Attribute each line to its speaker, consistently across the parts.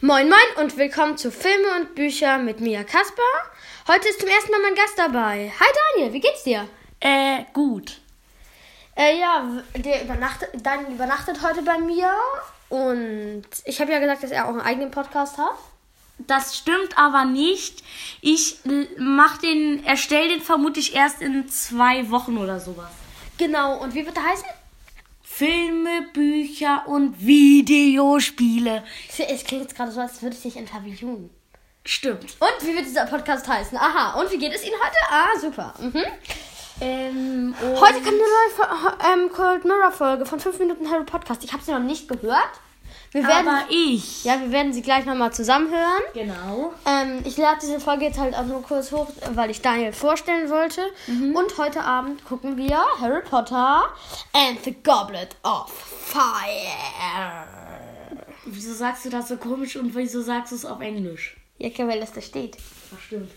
Speaker 1: Moin Moin und willkommen zu Filme und Bücher mit Mia Kasper. Heute ist zum ersten Mal mein Gast dabei. Hi Daniel, wie geht's dir?
Speaker 2: Äh, gut.
Speaker 1: Äh, ja, w- der übernachtet, Daniel übernachtet heute bei mir und ich habe ja gesagt, dass er auch einen eigenen Podcast hat.
Speaker 2: Das stimmt aber nicht. Ich l- mach den, erstell den vermutlich erst in zwei Wochen oder sowas.
Speaker 1: Genau, und wie wird er heißen?
Speaker 2: Filme, Bücher und Videospiele.
Speaker 1: Es- Es klingt jetzt gerade so, als würde ich dich interviewen.
Speaker 2: Stimmt.
Speaker 1: Und wie wird dieser Podcast heißen? Aha, und wie geht es Ihnen heute? Ah, super. Mhm.
Speaker 2: Ähm,
Speaker 1: Äh, Heute kommt eine neue Fo- ähm, Cold Mirror Folge von 5 Minuten Harry Podcast. Ich habe sie noch nicht gehört. Wir werden,
Speaker 2: aber ich.
Speaker 1: ja, wir werden sie gleich nochmal zusammen hören.
Speaker 2: Genau.
Speaker 1: Ähm, ich lade diese Folge jetzt halt auch nur kurz hoch, weil ich Daniel vorstellen wollte.
Speaker 2: Mhm.
Speaker 1: Und heute Abend gucken wir Harry Potter and the Goblet of Fire.
Speaker 2: Wieso sagst du das so komisch und wieso sagst du es auf Englisch?
Speaker 1: Ja, weil das da steht.
Speaker 2: Ach, stimmt.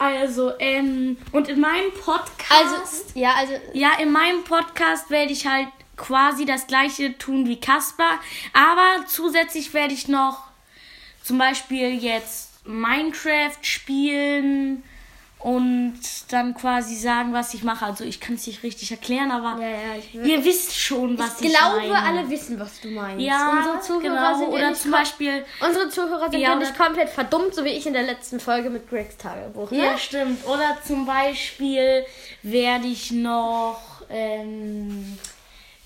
Speaker 2: Also, ähm, und in meinem Podcast.
Speaker 1: Also, ja, also,
Speaker 2: Ja, in meinem Podcast werde ich halt quasi das gleiche tun wie Kaspar, aber zusätzlich werde ich noch zum Beispiel jetzt Minecraft spielen und dann quasi sagen, was ich mache. Also ich kann es nicht richtig erklären, aber
Speaker 1: Ja, ja, ich will-
Speaker 2: ihr wisst schon, was ich,
Speaker 1: ich glaube,
Speaker 2: meine.
Speaker 1: alle wissen, was du meinst.
Speaker 2: ja, genau.
Speaker 1: sind
Speaker 2: Oder
Speaker 1: nicht
Speaker 2: zum
Speaker 1: kom-
Speaker 2: Beispiel
Speaker 1: Unsere Zuhörer sind
Speaker 2: Ja,
Speaker 1: ja
Speaker 2: oder-
Speaker 1: nicht komplett verdummt, so wie ich in der letzten Folge mit Gregs Tagebuch. Ne?
Speaker 2: Ja, stimmt. Oder zum Beispiel werde ich noch ähm,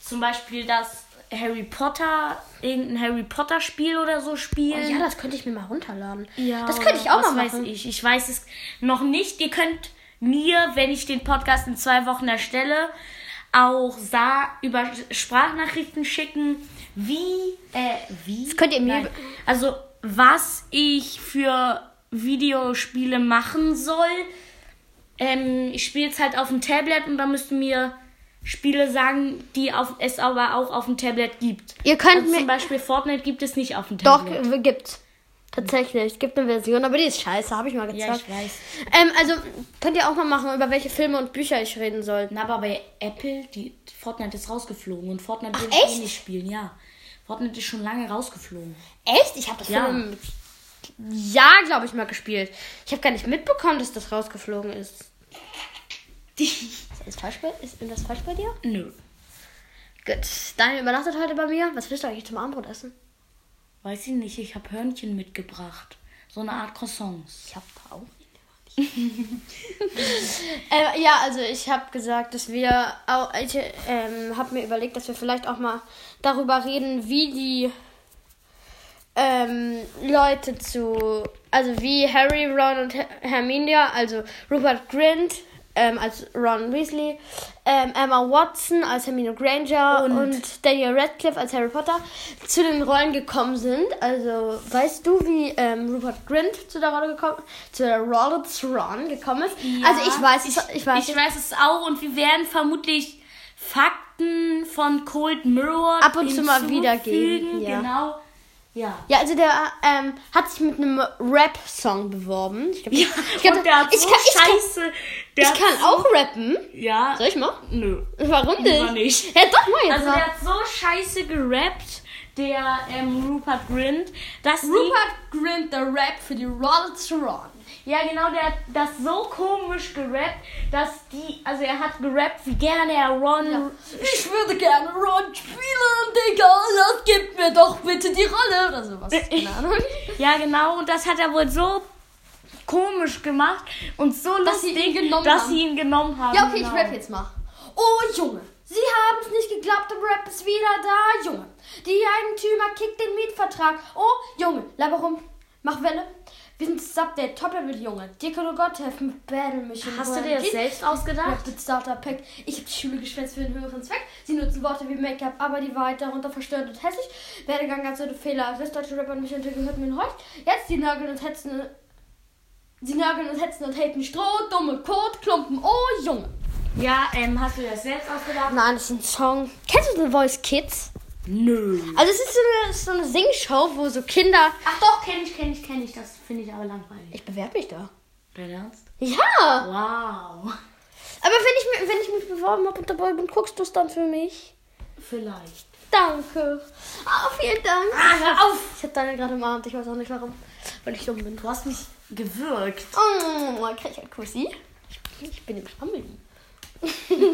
Speaker 2: zum Beispiel das Harry Potter, irgendein Harry Potter Spiel oder so
Speaker 1: Oh
Speaker 2: spielen.
Speaker 1: ja, das könnte ich mir mal runterladen.
Speaker 2: Ja,
Speaker 1: das könnte ich auch
Speaker 2: oder
Speaker 1: mal
Speaker 2: was
Speaker 1: machen.
Speaker 2: Weiß ich. ich weiß es noch nicht. Ihr könnt mir, wenn ich den Podcast in zwei Wochen erstelle, auch sa über Sprachnachrichten schicken, wie, äh, wie?
Speaker 1: könnt ihr mir-
Speaker 2: Nein. Also, was ich für Videospiele machen soll. Ähm, ich spiele es halt auf dem Tablet und da müsst ihr mir Spiele sagen, die auf, es aber auch auf dem Tablet gibt.
Speaker 1: Ihr könnt
Speaker 2: also zum
Speaker 1: mir-
Speaker 2: Beispiel Fortnite gibt es nicht auf dem
Speaker 1: Doch,
Speaker 2: Tablet.
Speaker 1: äh, gibt's. Tatsächlich, es gibt eine Version, aber die ist scheiße, habe ich mal
Speaker 2: Ja,
Speaker 1: gezockt.
Speaker 2: ich weiß.
Speaker 1: ähm, also, könnt ihr auch mal machen, über welche Filme und Bücher ich reden soll.
Speaker 2: Na, aber bei Apple, die Fortnite ist rausgeflogen und Fortnite will
Speaker 1: echt?
Speaker 2: ich eh nicht spielen, ja. Fortnite ist schon lange rausgeflogen.
Speaker 1: Echt? Ich habe das
Speaker 2: Ja.
Speaker 1: vor einem Jahr, glaube ich, mal gespielt. Ich habe gar nicht mitbekommen, dass das rausgeflogen ist. Ist, falsch bei, ist das falsch bei dir?
Speaker 2: Nö.
Speaker 1: Gut. Daniel übernachtet heute bei mir. Was willst du eigentlich zum Abendbrot essen?
Speaker 2: Weiß ich nicht, ich habe Hörnchen mitgebracht. So eine Art Croissants.
Speaker 1: Ich hab da auch ähm, ja, also ich habe gesagt, dass wir, au- ich ähm, habe mir überlegt, dass wir vielleicht auch mal darüber reden, wie die ähm, Leute zu, also wie Harry, Ron und Her Herminia, also Rupert Grint ähm, als Ron Weasley, ähm, Emma Watson als Hermine Granger und?
Speaker 2: Und-
Speaker 1: Daniel Radcliffe als Harry Potter zu den Rollen gekommen sind. Also weißt du, wie ähm, Rupert Grint zu der Rolle gekommen, zu der Rolle zu Ron gekommen ist? also ich weiß, es, ich, weiß,
Speaker 2: Ich
Speaker 1: es.
Speaker 2: weiß es auch und wir werden vermutlich Fakten von Cold Mirror
Speaker 1: Ab und zu mal
Speaker 2: hinzufügen,
Speaker 1: wiedergeben, ja.
Speaker 2: Genau. Ja.
Speaker 1: Ja, also der ähm, hat sich mit einem Rap-Song beworben. Ich glaub,
Speaker 2: Ja,
Speaker 1: ich glaub,
Speaker 2: und der hat
Speaker 1: ich
Speaker 2: so
Speaker 1: kann, ich kann,
Speaker 2: scheiße. Der
Speaker 1: ich
Speaker 2: hat
Speaker 1: kann auch rappen.
Speaker 2: so- Ja.
Speaker 1: Soll ich mal?
Speaker 2: Nö.
Speaker 1: Warum nicht?
Speaker 2: Lieber nicht.
Speaker 1: Ja, doch mal jetzt
Speaker 2: Also
Speaker 1: mal.
Speaker 2: der hat so scheiße gerappt, der ähm, Rupert Grint, dass
Speaker 1: Rupert Grint, der Rap für die Rolle zu Ron.
Speaker 2: die, ja genau, der hat das so komisch gerappt, dass die, also er hat gerappt, wie gerne er Ron,
Speaker 1: Ich würde gerne Ron spielen, Digga. Das gibt mir doch bitte die Rolle. Oder sowas.
Speaker 2: Äh,
Speaker 1: Keine Ahnung.
Speaker 2: ja genau, und das hat er wohl so komisch gemacht und so
Speaker 1: Dass sie
Speaker 2: lustig,
Speaker 1: ihn genommen
Speaker 2: dass
Speaker 1: haben.
Speaker 2: sie ihn genommen haben.
Speaker 1: Ja, okay,
Speaker 2: genau.
Speaker 1: ich rap jetzt mal. Oh, Junge. Sie haben es nicht geglaubt, der Rap ist wieder da, Junge. Die Eigentümer kickt den Mietvertrag. Oh, Junge, laber rum. Mach Welle. Wir sind das Update, Top-Level, Junge. Dir kann nur Gott helfen, battle mich. in
Speaker 2: Hast du dir
Speaker 1: Royal
Speaker 2: das
Speaker 1: Kick.
Speaker 2: selbst ausgedacht?
Speaker 1: Rapid Starter Pack. Ich habe die Schule geschwänzt für einen höheren Zweck. Sie nutzen Worte wie Make-up, aber die Wahrheit darunter verstört und hässlich. Werdegang ganz ohne Fehler. Westdeutsche Rapper und mich gehört mir heucht. Jetzt die Nörgeln und Hetzen. Sie nörgeln und hetzen und haten Stroh, dumme Kot, Klumpen. Oh Junge.
Speaker 2: Ja, ähm, hast du dir das selbst ausgedacht?
Speaker 1: Nein, das ist ein Song. Kennst du The Voice Kids?
Speaker 2: Nö.
Speaker 1: Also es ist so eine, so eine Singshow, wo so Kinder.
Speaker 2: Ach doch, kenn ich, kenn ich, kenn ich, das finde ich aber langweilig.
Speaker 1: Ich bewerbe mich da.
Speaker 2: Dein Ernst?
Speaker 1: Ja!
Speaker 2: Wow.
Speaker 1: Aber wenn ich, mi- wenn ich mich beworben habe und dabei bin, guckst du es dann für mich?
Speaker 2: Vielleicht.
Speaker 1: Danke. Oh, vielen Dank.
Speaker 2: Ah, hör auf!
Speaker 1: Ich hab deine gerade im Abend, ich weiß auch nicht warum. Weil ich dumm bin.
Speaker 2: Du hast mich gewirkt.
Speaker 1: Oh, krieg ich ein Kussi? Ich, bin- ich bin im Amelie.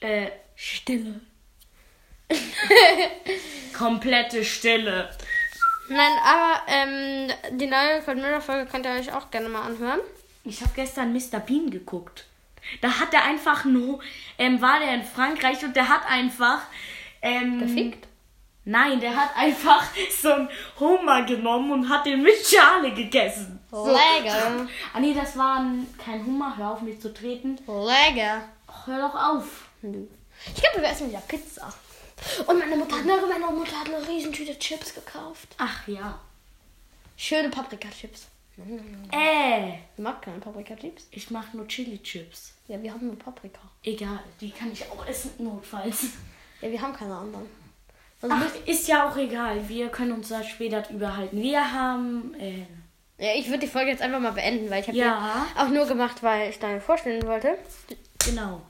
Speaker 2: Äh,
Speaker 1: Stille.
Speaker 2: komplette Stille.
Speaker 1: Nein, aber ähm, die neue Cold Mirror Folge könnt ihr euch auch gerne mal anhören.
Speaker 2: Ich habe gestern Mr. Bean geguckt. Da hat er einfach nur, ähm, war der in Frankreich und der hat einfach, ähm,
Speaker 1: Gefickt?
Speaker 2: nein, der hat einfach so einen Hummer genommen und hat den mit Schale gegessen. So.
Speaker 1: Lecker.
Speaker 2: Ah nee, das war ein, kein Hummer, hör auf mich zu treten.
Speaker 1: Lecker.
Speaker 2: Ach, hör doch auf.
Speaker 1: Ich glaube, wir essen wieder Pizza. Und meine Mutter, andere meiner Mutter hat eine riesen Tüte Chips gekauft.
Speaker 2: Ach ja.
Speaker 1: Schöne Paprika-Chips.
Speaker 2: Äh,
Speaker 1: Ich mag keine Paprika-Chips.
Speaker 2: ich mach nur Chili Chips.
Speaker 1: Ja, wir haben nur Paprika.
Speaker 2: Egal, die kann ich auch essen, notfalls.
Speaker 1: Ja, wir haben keine anderen. Also
Speaker 2: Ach, ist ja auch egal. Wir können uns da später drüber halten. Wir haben. Äh,
Speaker 1: Ja, ich würde die Folge jetzt einfach mal beenden, weil ich habe
Speaker 2: Ja.
Speaker 1: die auch nur gemacht, weil ich deine vorstellen wollte.
Speaker 2: genau.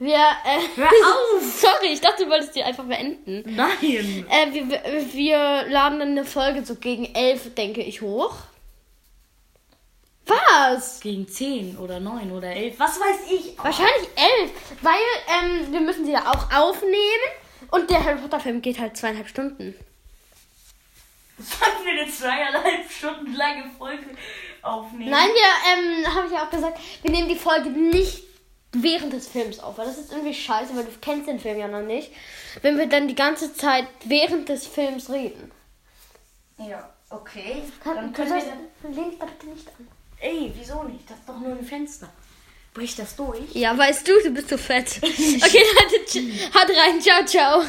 Speaker 1: Wir, äh,
Speaker 2: Hör auf!
Speaker 1: sorry, ich dachte, du wolltest die einfach beenden.
Speaker 2: Nein!
Speaker 1: Äh, wir, wir- wir laden dann eine Folge so gegen elf, denke ich, hoch. Was?
Speaker 2: Gegen 10 oder 9 oder 11. Was weiß ich?
Speaker 1: Wahrscheinlich elf, weil ähm, wir müssen sie ja auch aufnehmen und der Harry Potter Film geht halt zweieinhalb Stunden.
Speaker 2: Was haben wir eine zweieinhalb Stunden lange Folge aufnehmen?
Speaker 1: Nein, wir, ähm, habe ich ja auch gesagt, wir nehmen die Folge nicht während des Films auf, weil das ist irgendwie scheiße, weil du kennst den Film ja noch nicht. Wenn wir dann die ganze Zeit während des Films reden.
Speaker 2: Ja, okay.
Speaker 1: Kann,
Speaker 2: Dann können
Speaker 1: kannst
Speaker 2: wir.
Speaker 1: du das- leg ich da bitte nicht an.
Speaker 2: Ey, wieso nicht? Das ist doch nur ein Fenster. Brich das durch?
Speaker 1: Ja, weißt du, du bist so fett. Okay, Leute, tsch- haut rein, ciao, ciao.